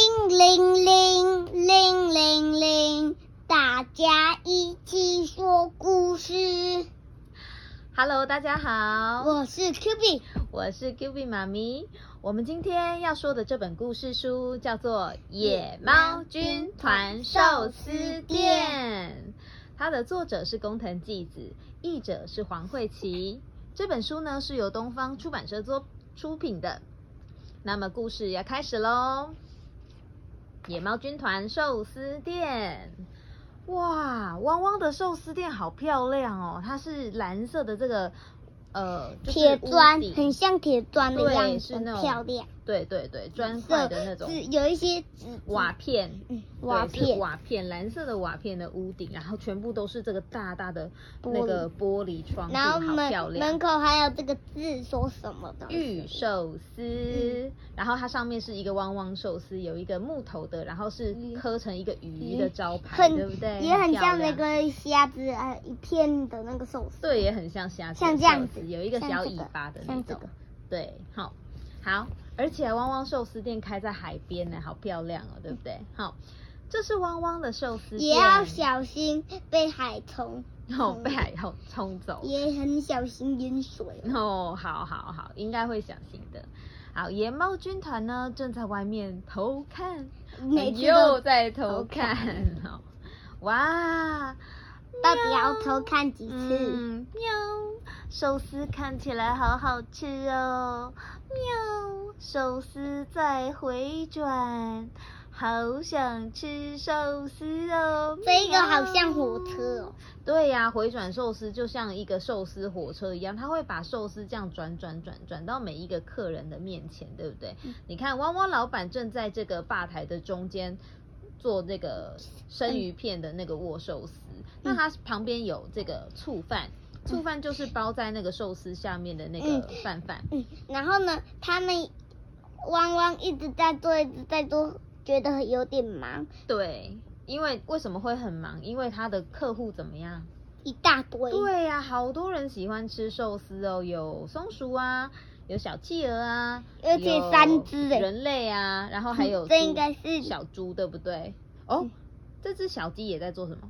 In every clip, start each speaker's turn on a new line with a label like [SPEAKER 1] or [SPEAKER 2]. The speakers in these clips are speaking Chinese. [SPEAKER 1] 铃铃铃铃铃，大家一起说故事。
[SPEAKER 2] Hello，大家好，
[SPEAKER 1] 我是 Q B，
[SPEAKER 2] 我是 Q B 妈咪。我们今天要说的这本故事书叫做《野猫军团寿司店》，它的作者是工藤纪子，译者是黄慧琪。这本书呢是由东方出版社作出品的。那么故事要开始喽，《野猫军团寿司店》。哇，汪汪的寿司店好漂亮哦！它是蓝色的这个呃，就是
[SPEAKER 1] 铁砖
[SPEAKER 2] 屋顶
[SPEAKER 1] 很像铁砖的
[SPEAKER 2] 对
[SPEAKER 1] 样子，
[SPEAKER 2] 是
[SPEAKER 1] 很
[SPEAKER 2] 那种
[SPEAKER 1] 漂亮。
[SPEAKER 2] 对对对，砖块
[SPEAKER 1] 色
[SPEAKER 2] 的那种
[SPEAKER 1] 是有一些纸
[SPEAKER 2] 瓦片，
[SPEAKER 1] 嗯
[SPEAKER 2] 对
[SPEAKER 1] 瓦
[SPEAKER 2] 是
[SPEAKER 1] 片，
[SPEAKER 2] 瓦片，蓝色的瓦片的屋顶，然后全部都是这个大大的
[SPEAKER 1] 玻
[SPEAKER 2] 那个玻璃窗户，
[SPEAKER 1] 然后
[SPEAKER 2] 好
[SPEAKER 1] 门
[SPEAKER 2] 漂
[SPEAKER 1] 门
[SPEAKER 2] 亮。
[SPEAKER 1] 口还有这个字说什么的
[SPEAKER 2] 玉寿
[SPEAKER 1] 嗯
[SPEAKER 2] 司，然后它上面是一个汪汪寿司，有一个木头的，然后是刻成一个鱼的招牌，对不
[SPEAKER 1] 嗯很
[SPEAKER 2] 对？
[SPEAKER 1] 也很像那
[SPEAKER 2] 漂亮
[SPEAKER 1] 个虾子啊一片的那个寿司，
[SPEAKER 2] 对，也很像虾子，
[SPEAKER 1] 像这样子，
[SPEAKER 2] 有一个
[SPEAKER 1] 像
[SPEAKER 2] 小
[SPEAKER 1] 这
[SPEAKER 2] 尾巴的那
[SPEAKER 1] 像
[SPEAKER 2] 种。
[SPEAKER 1] 这个。
[SPEAKER 2] 对，好，好，而且汪汪寿司店开在海边呢，好漂亮哦，对不对？好，这是汪汪的寿司店，
[SPEAKER 1] 嗯也要小心被海虫，
[SPEAKER 2] 哦被海后冲走。
[SPEAKER 1] 也很小心淹水。
[SPEAKER 2] 哦，好好好，应该会小心的。好，野猫军团呢正在外面偷看，
[SPEAKER 1] 每次
[SPEAKER 2] 又
[SPEAKER 1] 都
[SPEAKER 2] 在偷看 哦，哇，
[SPEAKER 1] 到底要偷看几次？
[SPEAKER 2] 嗯，喵，寿司看起来好好吃哦，喵，寿司在回转，好想吃寿司哦。
[SPEAKER 1] 这个好像
[SPEAKER 2] 喵
[SPEAKER 1] 火车哦。
[SPEAKER 2] 对呀、回转寿司就像一个寿司火车一样，它会把寿司这样转转转转到每一个客人的面前，对不对？
[SPEAKER 1] 嗯
[SPEAKER 2] 你看，汪汪老板正在这个吧台的中间做那个生鱼片的那个握寿司，那
[SPEAKER 1] 嗯
[SPEAKER 2] 它旁边有这个醋饭，醋饭就是包在那个寿司下面的那个饭饭。
[SPEAKER 1] 嗯，然后呢，他们汪汪一直在做，一直在做，觉得有点忙，
[SPEAKER 2] 对，因为为什么会很忙？因为他的客户怎么样？
[SPEAKER 1] 一大堆。
[SPEAKER 2] 对呀、好多人喜欢吃寿司哦，有松鼠啊，有小企鹅啊，
[SPEAKER 1] 而且
[SPEAKER 2] 有
[SPEAKER 1] 三只欸
[SPEAKER 2] 人类啊，然后还有
[SPEAKER 1] 嗯这
[SPEAKER 2] 猪
[SPEAKER 1] 应该是嗯
[SPEAKER 2] 小猪，对不对？哦，这只小鸡也在做什么？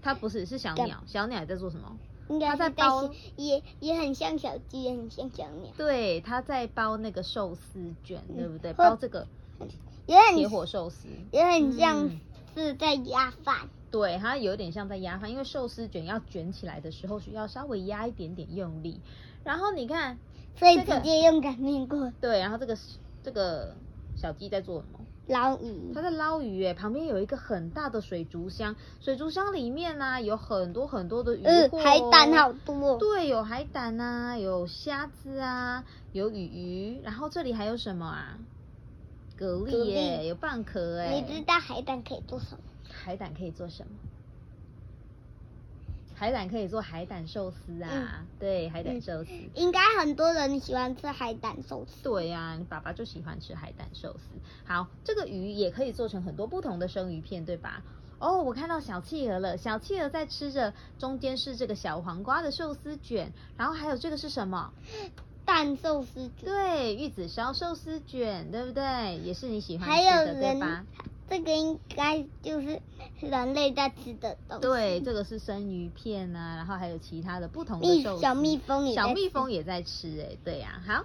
[SPEAKER 2] 它不是，是小
[SPEAKER 1] 干
[SPEAKER 2] 鸟，小鸟也在做什么？
[SPEAKER 1] 应该
[SPEAKER 2] 他
[SPEAKER 1] 是
[SPEAKER 2] 在
[SPEAKER 1] 在
[SPEAKER 2] 包
[SPEAKER 1] 写也也很像小鸡，也很像小鸟，
[SPEAKER 2] 对，它在包那个寿司卷，对不对？
[SPEAKER 1] 嗯或
[SPEAKER 2] 包这个
[SPEAKER 1] 也
[SPEAKER 2] 铁
[SPEAKER 1] 很
[SPEAKER 2] 火寿司，
[SPEAKER 1] 也很像
[SPEAKER 2] 嗯
[SPEAKER 1] 是在压饭。
[SPEAKER 2] 对，它有点像在压饭，因为寿司卷要卷起来的时候需要稍微压一点点用力。然后你看，
[SPEAKER 1] 所以
[SPEAKER 2] 这个
[SPEAKER 1] 直接用擀面棍
[SPEAKER 2] 对，然后这个这个小鸡在做什么？
[SPEAKER 1] 捞鱼
[SPEAKER 2] 他，在捞鱼诶，旁边有一个很大的水族箱，水族箱里面呢、有很多很多的鱼
[SPEAKER 1] 呃，
[SPEAKER 2] 货、
[SPEAKER 1] 海胆好。多哦，
[SPEAKER 2] 对，有海胆啊，有虾子啊，有鱼鱼，然后这里还有什么啊？蛤蜊
[SPEAKER 1] 蛤
[SPEAKER 2] 耶、
[SPEAKER 1] 蜊
[SPEAKER 2] 有蚌壳
[SPEAKER 1] 你
[SPEAKER 2] 诶。
[SPEAKER 1] 知道海胆可以做什么？
[SPEAKER 2] 海胆可以做什么？海胆可以做海胆寿司啊，对，海胆
[SPEAKER 1] 嗯
[SPEAKER 2] 寿司。
[SPEAKER 1] 应该很多人喜欢吃海胆寿司。
[SPEAKER 2] 对呀、你爸爸就喜欢吃海胆寿司。好，这个鱼也可以做成很多不同的生鱼片，对吧？哦，我看到小企鹅了，小企鹅在吃着，中间是这个小黄瓜的寿司卷，然后还有这个是什么？
[SPEAKER 1] 蛋寿司卷，
[SPEAKER 2] 对，玉子烧寿司卷，对不对？也是你喜欢
[SPEAKER 1] 还
[SPEAKER 2] 吃
[SPEAKER 1] 有
[SPEAKER 2] 的，对
[SPEAKER 1] 人
[SPEAKER 2] 吧？，
[SPEAKER 1] 这个应该就是人类在吃的东西。
[SPEAKER 2] 对，，这个是生鱼片啊，然后还有其他的不同的
[SPEAKER 1] 蜜
[SPEAKER 2] 寿司。
[SPEAKER 1] 小蜜蜂也在
[SPEAKER 2] 小蜜
[SPEAKER 1] 吃
[SPEAKER 2] 蜂也在吃、欸，哎，对呀、好，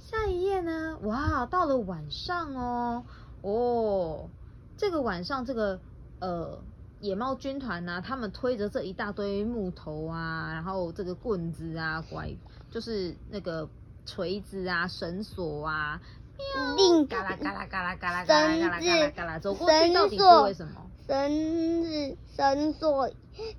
[SPEAKER 2] 下一页呢？哇，到了晚上哦，哦，这个晚上这个呃野猫军团呐、他们推着这一大堆木头啊，然后这个棍子啊，拐就是那个锤子啊、绳索 啊，
[SPEAKER 1] 令
[SPEAKER 2] 嘎啦嘎啦嘎啦嘎啦嘎啦嘎啦嘎啦嘎啦，走过去
[SPEAKER 1] 绳
[SPEAKER 2] 到底是
[SPEAKER 1] 索
[SPEAKER 2] 为什么？
[SPEAKER 1] 绳子、绳索、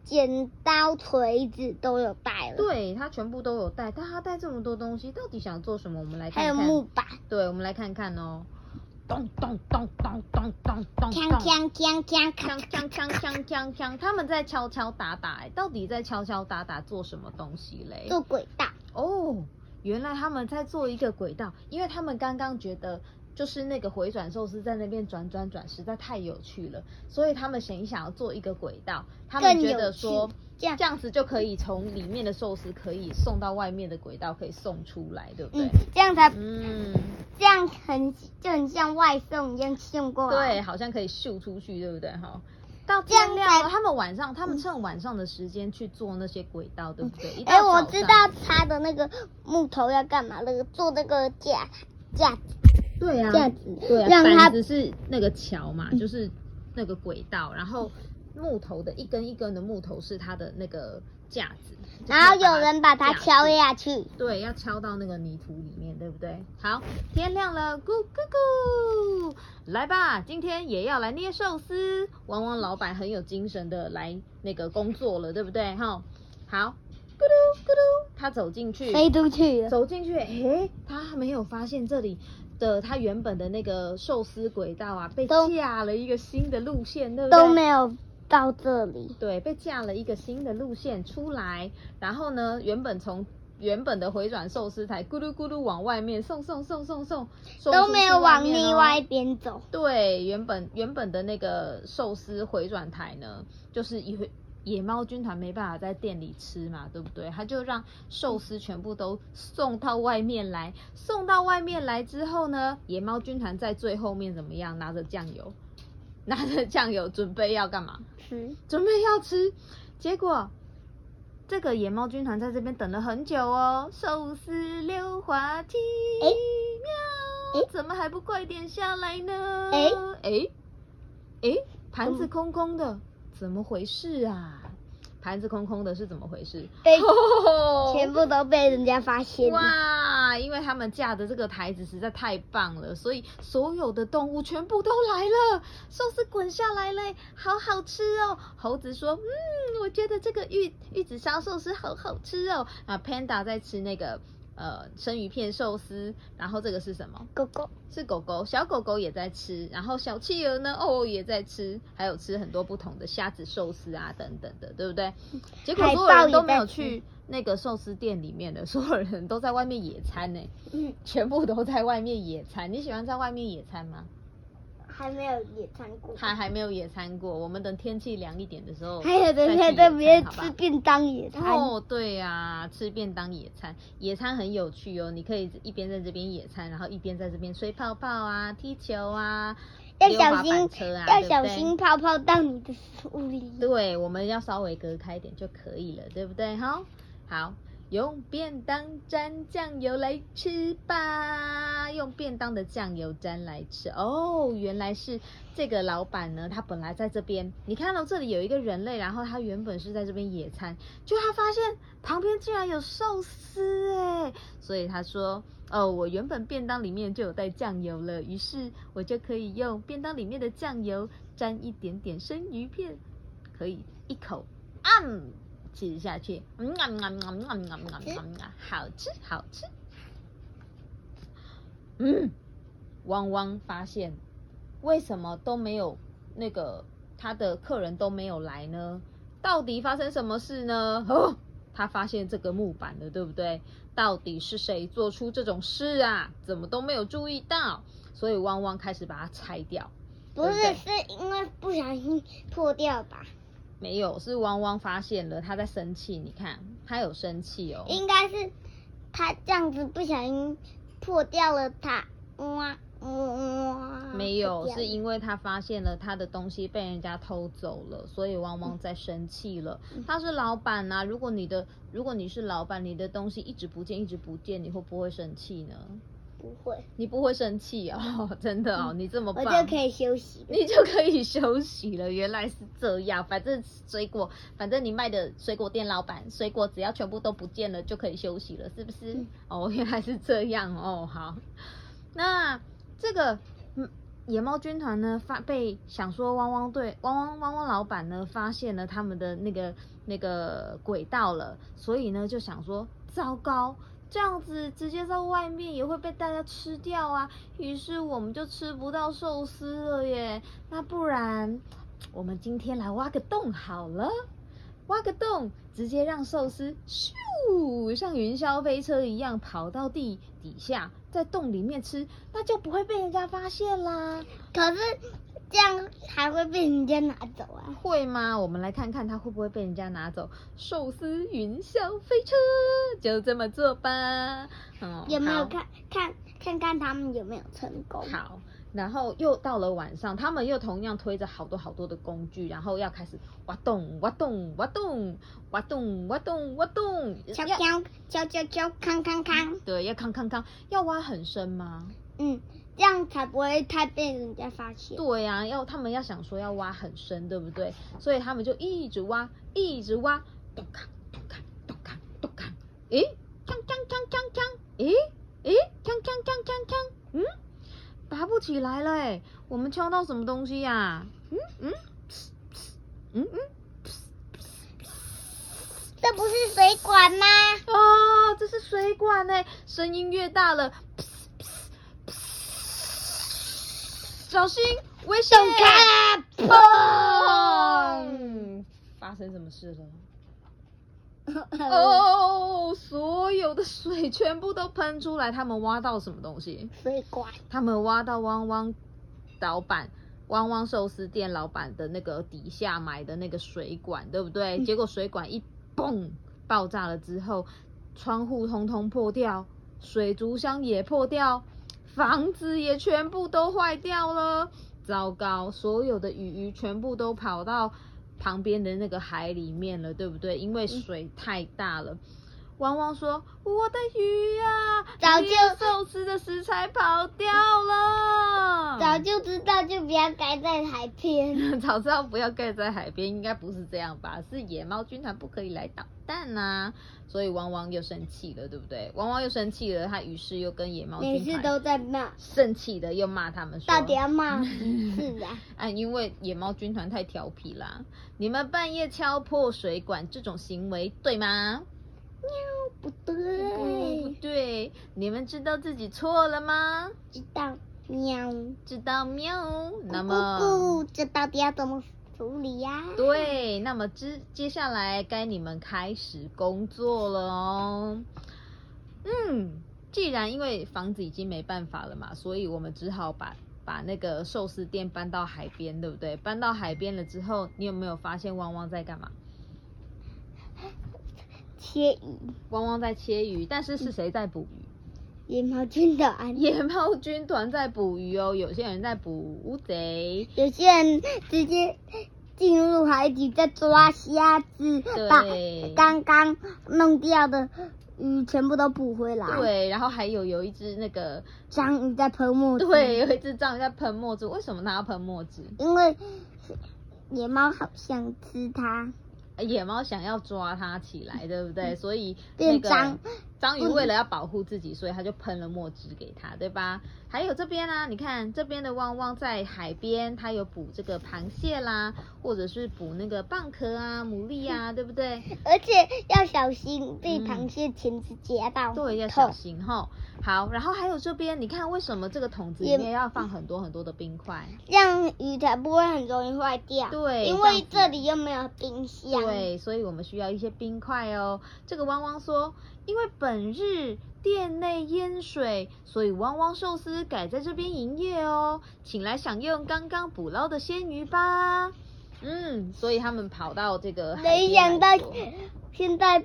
[SPEAKER 1] 剪刀、锤子都有带了，，
[SPEAKER 2] 对，他全部都有带，但他带这么多东西，到底想做什么？我们来看
[SPEAKER 1] 还有
[SPEAKER 2] 看。
[SPEAKER 1] 木板，
[SPEAKER 2] 对，我们来看看哦。咚咚咚咚咚咚咚
[SPEAKER 1] 锵
[SPEAKER 2] 咚。
[SPEAKER 1] 锵锵锵
[SPEAKER 2] 锵
[SPEAKER 1] 锵，
[SPEAKER 2] 锵锵锵锵锵，他们在敲敲打打、欸，到底在敲敲打打做什么东西嘞？
[SPEAKER 1] 做轨道，
[SPEAKER 2] 哦，原来他们在做一个轨道，因为他们刚刚觉得就是那个回转寿司在那边转转转，实在太有趣了，所以他们想想要做一个轨道，他们
[SPEAKER 1] 更
[SPEAKER 2] 觉
[SPEAKER 1] 有
[SPEAKER 2] 得
[SPEAKER 1] 趣
[SPEAKER 2] 说
[SPEAKER 1] 这样
[SPEAKER 2] 子就可以从里面的寿司可以送到外面的轨道，可以送出来，对不对
[SPEAKER 1] 嗯？，这样才
[SPEAKER 2] 嗯，
[SPEAKER 1] 这样很就很像外送一样送过
[SPEAKER 2] 对，
[SPEAKER 1] 来。
[SPEAKER 2] 好像可以秀出去，对不对？哈。到
[SPEAKER 1] 这样
[SPEAKER 2] 天亮
[SPEAKER 1] 才
[SPEAKER 2] 了，他们晚上，他们趁晚上的时间去做那些轨道，对不对？一
[SPEAKER 1] 哎，
[SPEAKER 2] 到
[SPEAKER 1] 我
[SPEAKER 2] 早
[SPEAKER 1] 知
[SPEAKER 2] 上
[SPEAKER 1] 道他的那个木头要干嘛了，做那个架架子。
[SPEAKER 2] 对呀、
[SPEAKER 1] 这样子
[SPEAKER 2] 对、啊，
[SPEAKER 1] 让嗯它
[SPEAKER 2] 板子是那个桥嘛，就是那个轨道，然后木头的一根一根的木头是它的那个架子，就是
[SPEAKER 1] 然后有人把它
[SPEAKER 2] 架住
[SPEAKER 1] 敲下去，
[SPEAKER 2] 对，要敲到那个泥土里面，对不对？好，天亮了，咕咕咕，来吧，今天也要来捏寿司。汪汪老板很有精神的来那个工作了，对不对？哈，好，咕噜咕噜，他走进去，
[SPEAKER 1] 飞出去了。
[SPEAKER 2] 嗯走进去，诶，他没有发现这里的他原本的那个寿司轨道啊，被
[SPEAKER 1] 都
[SPEAKER 2] 架了一个新的路线，对不对？
[SPEAKER 1] 都没有到这里，
[SPEAKER 2] 对，被架了一个新的路线出来，然后呢，原本从原本的回转寿司台咕噜咕噜往外面送送送送送，送
[SPEAKER 1] 都
[SPEAKER 2] 出
[SPEAKER 1] 没
[SPEAKER 2] 去
[SPEAKER 1] 有往
[SPEAKER 2] 面
[SPEAKER 1] 另
[SPEAKER 2] 哦
[SPEAKER 1] 外一边走。
[SPEAKER 2] 对，原本原本的那个寿司回转台呢，就是野野猫军团没办法在店里吃嘛，对不对？他就让寿司全部都送到外面来，送到外面来之后呢，野猫军团在最后面怎么样？拿着酱油， 拿着酱油准备要干嘛？
[SPEAKER 1] 吃，
[SPEAKER 2] 准备要吃，结果这个野猫军团在这边等了很久哦。寿司溜滑梯，
[SPEAKER 1] 诶
[SPEAKER 2] 喵，
[SPEAKER 1] 诶
[SPEAKER 2] 怎么还不快点下来呢？
[SPEAKER 1] 诶
[SPEAKER 2] 诶诶盘子
[SPEAKER 1] 嗯
[SPEAKER 2] 空空的，怎么回事啊？盘子空空的是怎么回事？
[SPEAKER 1] 被
[SPEAKER 2] 哦
[SPEAKER 1] 全部都被人家发现了。
[SPEAKER 2] 哇！因为他们架的这个台子实在太棒了，所以所有的动物全部都来了，寿司滚下来嘞，好好吃哦！猴子说：“嗯，我觉得这个玉玉子烧寿司好好吃哦。”啊，Panda 在吃那个呃生鱼片寿司，然后这个是什么？
[SPEAKER 1] 狗狗，
[SPEAKER 2] 是狗狗，小狗狗也在吃，然后小企鹅呢，哦也在吃，还有吃很多不同的虾子寿司啊等等的，对不对？结果
[SPEAKER 1] 海
[SPEAKER 2] 所有
[SPEAKER 1] 豹
[SPEAKER 2] 人
[SPEAKER 1] 也
[SPEAKER 2] 都没
[SPEAKER 1] 在
[SPEAKER 2] 有
[SPEAKER 1] 吃
[SPEAKER 2] 去那个寿司店里面的， 所有人都在外面野餐呢、
[SPEAKER 1] 嗯，
[SPEAKER 2] 全部都在外面野餐。你喜欢在外面野餐吗？
[SPEAKER 1] 还没有野餐过。
[SPEAKER 2] 还还没有野餐过，我们等天气凉一点的时候再
[SPEAKER 1] 还有
[SPEAKER 2] 去野餐，
[SPEAKER 1] 人在这边
[SPEAKER 2] 好不好
[SPEAKER 1] 吃便当野餐，
[SPEAKER 2] 哦，对呀、吃便当野餐，野餐很有趣哦。你可以一边在这边野餐，然后一边在这边吹泡泡啊、踢球啊、
[SPEAKER 1] 要
[SPEAKER 2] 溜滑
[SPEAKER 1] 小
[SPEAKER 2] 板
[SPEAKER 1] 心，
[SPEAKER 2] 车啊，
[SPEAKER 1] 要
[SPEAKER 2] 对不
[SPEAKER 1] 小
[SPEAKER 2] 对
[SPEAKER 1] 心泡泡到你的食物里。
[SPEAKER 2] 对，我们要稍微隔开一点就可以了，对不对？好，好，用便当沾酱油来吃吧，用便当的酱油沾来吃。哦，原来是这个老板呢，他本来在这边，你看到这里有一个人类，然后他原本是在这边野餐，就他发现旁边竟然有寿司哎，所以他说。哦，我原本便当里面就有带酱油了，于是我就可以用便当里面的酱油沾一点点生鱼片，可以一口按吃下去，嗯啊嗯啊嗯啊嗯啊嗯啊嗯啊嗯啊嗯啊，好吃好吃。嗯，汪汪发现为什么都没有那个他的客人都没有来呢？到底发生什么事呢？哦，他发现这个木板了，对不对？到底是谁做出这种事啊？怎么都没有注意到？所以汪汪开始把它拆掉。
[SPEAKER 1] 不是，
[SPEAKER 2] 对不
[SPEAKER 1] 是因为不小心破掉吧？
[SPEAKER 2] 没有，是汪汪发现了，他在生气。你看，他有生气哦。
[SPEAKER 1] 应该是他这样子不小心破掉了它，哇哇！
[SPEAKER 2] 没有，是
[SPEAKER 1] 因
[SPEAKER 2] 因为他发现了他的东西被人家偷走了，所以汪汪在生气了。
[SPEAKER 1] 嗯
[SPEAKER 2] 他是老板呐、如果你的如果你是老板，你的东西一直不见，一直不见，你会不会生气呢？
[SPEAKER 1] 不会，
[SPEAKER 2] 你不会生气哦， 真的哦，你这么
[SPEAKER 1] 我
[SPEAKER 2] 棒，
[SPEAKER 1] 就可以休息了。
[SPEAKER 2] 你就可以休息了。原来是这样，反正水果，反正你卖的水果店老板，水果只要全部都不见了，就可以休息了，是不是？哦，原来是这样哦。好，那这个嗯野猫军团呢，发被想说汪汪队汪汪汪汪老板呢发现了他们的那个那个轨道了，所以呢就想说，糟糕。这样子直接在外面也会被大家吃掉啊，于是我们就吃不到寿司了耶。那不然，我们今天来挖个洞好了，挖个洞，直接让寿司咻像云霄飞车一样跑到地底下，在洞里面吃，那就不会被人家发现啦。
[SPEAKER 1] 可是这样还会被人家拿走啊！
[SPEAKER 2] 会吗？我们来看看它会不会被人家拿走。寿司云霄飞车，就这么做吧。哦
[SPEAKER 1] 有没有
[SPEAKER 2] 好
[SPEAKER 1] 看看看看他们有没有成功？，
[SPEAKER 2] 好，然后又到了晚上，他们又同样推着好多好多的工具，然后要开始挖洞、挖洞、挖洞、挖洞、挖洞、挖洞，
[SPEAKER 1] 敲
[SPEAKER 2] 要
[SPEAKER 1] 敲敲敲敲，康康康，
[SPEAKER 2] 对，要康康康，要挖很深吗？
[SPEAKER 1] 嗯，这样才不会太被人家发现。
[SPEAKER 2] 对呀、要他们要想说要挖很深，对不对？所以他们就一直挖，一直挖，咚锵咚锵咚锵咚锵，诶，锵锵锵锵锵，诶诶，锵锵锵锵锵，嗯，拔不起来了诶，我们敲到什么东西呀、嗯嗯，嗯嗯。
[SPEAKER 1] 这不是水管吗？
[SPEAKER 2] 哦，这是水管呢，声音越大了，小心，危险！
[SPEAKER 1] 洞开了
[SPEAKER 2] 砰！发生什么事了？哦，所有的水全部都喷出来，他们挖到什么东西？
[SPEAKER 1] 水管，
[SPEAKER 2] 他们挖到汪汪老板。汪汪寿司店老板的那个底下买的那个水管，对不对？
[SPEAKER 1] 嗯
[SPEAKER 2] 结果水管一嘣爆炸了之后，窗户通通破掉，水族箱也破掉，房子也全部都坏掉了。糟糕，所有的鱼鱼全部都跑到旁边的那个海里面了，对不对？因为水太大了。汪汪说：“我的鱼呀、啊，
[SPEAKER 1] 早就
[SPEAKER 2] 鱼 寿司的食材跑掉了。
[SPEAKER 1] 早就知道就不要盖在海边。
[SPEAKER 2] 早知道不要盖在海边，应该不是这样吧？是野猫军团不可以来捣蛋呐、所以汪汪又生气了，对不对？汪汪又生气了，他于是又跟野猫
[SPEAKER 1] 每
[SPEAKER 2] 军
[SPEAKER 1] 次
[SPEAKER 2] 团
[SPEAKER 1] 都在骂，
[SPEAKER 2] 生气的又骂他们说，
[SPEAKER 1] 到底要骂几 次啊？
[SPEAKER 2] 啊，因为野猫军团太调皮啦！你们半夜敲破水管这种行为对吗？
[SPEAKER 1] 不
[SPEAKER 2] 嗯不
[SPEAKER 1] 对，
[SPEAKER 2] 对，你们知道自己错了吗？
[SPEAKER 1] 知道喵，
[SPEAKER 2] 知道喵。那么，
[SPEAKER 1] 咕咕咕，这到底要怎么处理呀？
[SPEAKER 2] 对，那么接接下来该你们开始工作了哦。嗯，既然因为房子已经没办法了嘛，所以我们只好把把那个寿司店搬到海边，对不对？搬到海边了之后，你有没有发现汪汪在干嘛？
[SPEAKER 1] 切鱼，
[SPEAKER 2] 汪汪在切鱼，但是是谁在捕鱼？
[SPEAKER 1] 野猫军的安。
[SPEAKER 2] 野猫军团在捕鱼哦，有些人在捕乌贼，
[SPEAKER 1] 有些人直接进入海底在抓虾子，把
[SPEAKER 2] 对
[SPEAKER 1] 刚刚弄掉的鱼全部都捕回来。，
[SPEAKER 2] 对，然后还有有一只那个，
[SPEAKER 1] 章鱼在喷墨汁。
[SPEAKER 2] 对，有一只章鱼在喷墨汁，为什么它要喷墨汁？
[SPEAKER 1] 因为野猫好想吃它，
[SPEAKER 2] 呃野猫想要抓它起来，对不对？所以那
[SPEAKER 1] 变嗯
[SPEAKER 2] 个
[SPEAKER 1] 章
[SPEAKER 2] 章鱼
[SPEAKER 1] 不能
[SPEAKER 2] 为了要保护自己，所以它就喷了墨汁给它，对吧？还有这边啊，你看这边的旺旺在海边，它有捕这个螃蟹啦，或者是捕那个蚌壳啊、牡蛎啊，对不对？
[SPEAKER 1] 而且要小心被
[SPEAKER 2] 嗯
[SPEAKER 1] 螃蟹钳子夹到，
[SPEAKER 2] 对，要小。心哈。好，然后还有这边，你看为什么这个桶子里
[SPEAKER 1] 也
[SPEAKER 2] 面要放很多很多的冰块？
[SPEAKER 1] 这样鱼才不会很容易坏掉。
[SPEAKER 2] 对
[SPEAKER 1] 因
[SPEAKER 2] 这样
[SPEAKER 1] 为
[SPEAKER 2] 子
[SPEAKER 1] 这里又没有冰箱。，
[SPEAKER 2] 对，所以我们需要一些冰块哦。这个汪汪说，因为本日店内淹水，所以汪汪寿司改在这边营业哦，请来享用刚刚捕捞的鲜鱼吧。嗯，所以他们跑到这个海
[SPEAKER 1] 没
[SPEAKER 2] 边
[SPEAKER 1] 想到
[SPEAKER 2] 来做
[SPEAKER 1] 现在，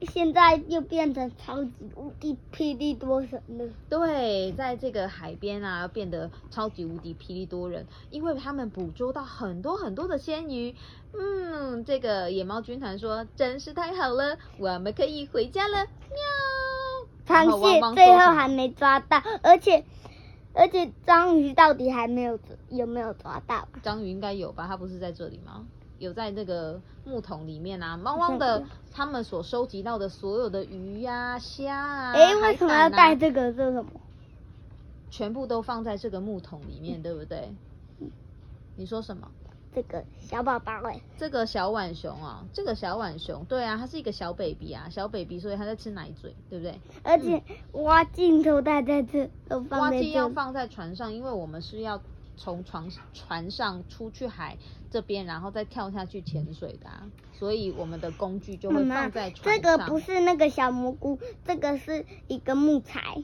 [SPEAKER 1] 现在又变成超级无敌霹雳多神了。
[SPEAKER 2] 对，在这个海边啊，变得超级无敌霹雳多人，因为他们捕捉到很多很多的鲜鱼。嗯，这个野猫军团说真是太好了，我们可以回家了，喵。然
[SPEAKER 1] 螃
[SPEAKER 2] 后汪
[SPEAKER 1] 蟹
[SPEAKER 2] 汪
[SPEAKER 1] 最
[SPEAKER 2] 说什
[SPEAKER 1] 后
[SPEAKER 2] 么
[SPEAKER 1] 还没抓到，而且而且章鱼到底还没有有没有抓到啊？
[SPEAKER 2] 章鱼应该有吧？它不是在这里吗？有在那个木桶里面啊，汪汪的他们所收集到的所有的鱼呀、虾啊，
[SPEAKER 1] 诶，
[SPEAKER 2] 海
[SPEAKER 1] 为什么
[SPEAKER 2] 胆
[SPEAKER 1] 要
[SPEAKER 2] 啊
[SPEAKER 1] 带这个？这是什么？
[SPEAKER 2] 全部都放在这个木桶里面，对不对？你说什么？
[SPEAKER 1] 这个小宝宝哎，
[SPEAKER 2] 这个小浣熊啊，这个小浣熊，对啊，它是一个小 baby 啊，小 baby，所以它在吃奶嘴，对不对？
[SPEAKER 1] 而且挖镜头带在这，都
[SPEAKER 2] 蛙
[SPEAKER 1] 放在
[SPEAKER 2] 嗯镜要
[SPEAKER 1] 这。
[SPEAKER 2] 放在船上，因为我们是要从船船上出去海这边，然后再跳下去潜水的、啊，所以我们的工具就会
[SPEAKER 1] 妈妈
[SPEAKER 2] 放在，船
[SPEAKER 1] 这
[SPEAKER 2] 上。
[SPEAKER 1] 个不是那个小蘑菇，这个是一个木材。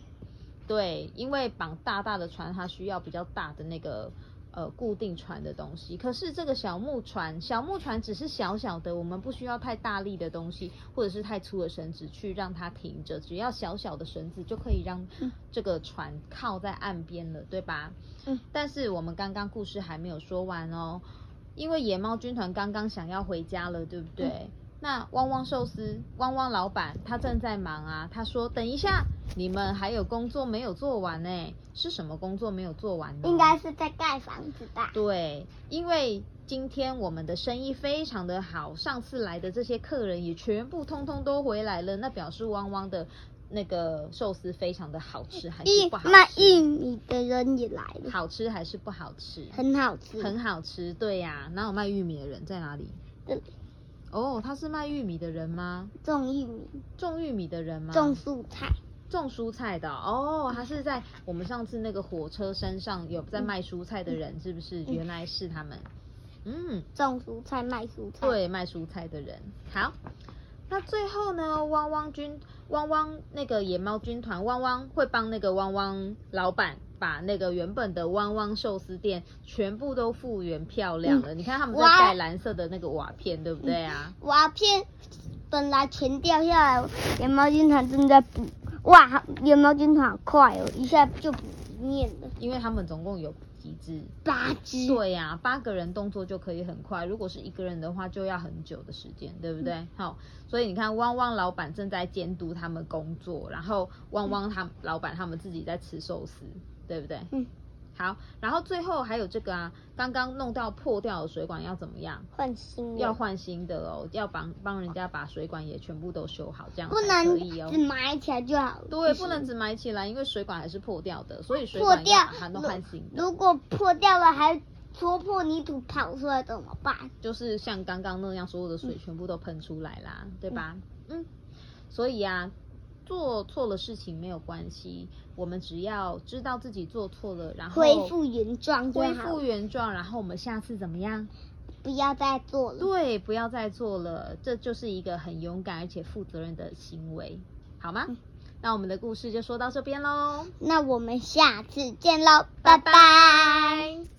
[SPEAKER 2] 对，因为绑大大的船，它需要比较大的那个呃固定船的东西。可是这个小木船，小木船只是小小的，我们不需要太大力的东西，或者是太粗的绳子去让它停着，只要小小的绳子就可以让这个船靠在岸边了，对吧？
[SPEAKER 1] 嗯。
[SPEAKER 2] 但是我们刚刚故事还没有说完哦，因为野猫军团刚刚想要回家了，对不对？
[SPEAKER 1] 嗯
[SPEAKER 2] 那汪汪寿司，汪汪老板他正在忙啊，他说等一下，你们还有工作没有做完呢、是什么工作没有做完呢？
[SPEAKER 1] 应该是在盖房子吧？
[SPEAKER 2] 对，因为今天我们的生意非常的好，上次来的这些客人也全部通通都回来了，那表示汪汪的那个寿司非常的好吃还是
[SPEAKER 1] 印
[SPEAKER 2] 不好
[SPEAKER 1] 那
[SPEAKER 2] 吃？
[SPEAKER 1] 印尼的人也来了，
[SPEAKER 2] 好吃还是不好吃？
[SPEAKER 1] 很好吃，
[SPEAKER 2] 很好吃，对呀、哪有卖玉米的人在哪里？
[SPEAKER 1] 这里
[SPEAKER 2] 哦，他是卖玉米的人吗？
[SPEAKER 1] 种玉米，
[SPEAKER 2] 种玉米的人吗？
[SPEAKER 1] 种蔬菜，
[SPEAKER 2] 种蔬菜的哦，哦他是在我们上次那个火车身上有在卖蔬菜的人，是不是？原来是他们。嗯，
[SPEAKER 1] 种蔬菜卖蔬菜。，
[SPEAKER 2] 对，卖蔬菜的人。好，那最后呢，汪汪军汪汪那个野猫军团，汪汪会帮那个汪汪老板。把那个原本的汪汪寿司店全部都复原漂亮了，你看他们
[SPEAKER 1] 嗯
[SPEAKER 2] 在
[SPEAKER 1] 哇哦嗯
[SPEAKER 2] 盖蓝色的那个瓦片，对不对啊？
[SPEAKER 1] 瓦片本来全掉下来，野猫军团正在补。哇，好野猫军团好快哦，一下就补一面了，
[SPEAKER 2] 因为他们总共有几只，
[SPEAKER 1] 八只。
[SPEAKER 2] 对呀、八个人动作就可以很快，如果是一个人的话，就要很久的时间，对不对？
[SPEAKER 1] 嗯
[SPEAKER 2] 好，所以你看，汪汪老板正在监督他们工作，然后汪汪他、老板他们自己在吃寿司，对不对？
[SPEAKER 1] 嗯，
[SPEAKER 2] 好，然后最后还有这个啊，刚刚弄到破掉的水管要怎么样？
[SPEAKER 1] 换新的
[SPEAKER 2] 要，换新的哦，要帮帮人家把水管也全部都修好，这样
[SPEAKER 1] 不
[SPEAKER 2] 才可
[SPEAKER 1] 能
[SPEAKER 2] 以哦
[SPEAKER 1] 只。埋起来就好了。就
[SPEAKER 2] 对，不
[SPEAKER 1] 是
[SPEAKER 2] 能只埋起来，因为水管还是破掉的，所以水
[SPEAKER 1] 破
[SPEAKER 2] 管要
[SPEAKER 1] 掉
[SPEAKER 2] 还都换新的。
[SPEAKER 1] 如果破掉了还戳破泥土跑出来怎么办？
[SPEAKER 2] 就是像刚刚那样，所有的
[SPEAKER 1] 嗯
[SPEAKER 2] 水全部都喷出来啦，对吧？嗯，所以啊，做错了事情没有关系，我们只要知道自己做错了，然后
[SPEAKER 1] 恢复原状啊就
[SPEAKER 2] 恢
[SPEAKER 1] 好
[SPEAKER 2] 复，原状，然后我们下次怎么样？
[SPEAKER 1] 不要再做了。
[SPEAKER 2] 对，不要再做了，这就是一个很勇敢而且负责任的行为，好吗？
[SPEAKER 1] 嗯
[SPEAKER 2] 那我们的故事就说到这边喽，
[SPEAKER 1] 那我们下次见喽，拜拜
[SPEAKER 2] 拜